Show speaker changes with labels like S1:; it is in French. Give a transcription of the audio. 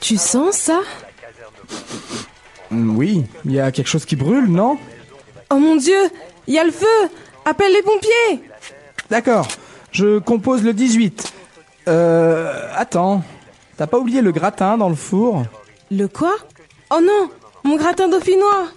S1: Tu sens ça
S2: Mm, Oui, il y a quelque chose qui brûle, non
S1: Oh mon Dieu Il y a le feu Appelle les pompiers
S2: D'accord, je compose le 18. Euh. Attends, t'as pas oublié le gratin dans le four
S1: Le quoi Oh non Mon gratin dauphinois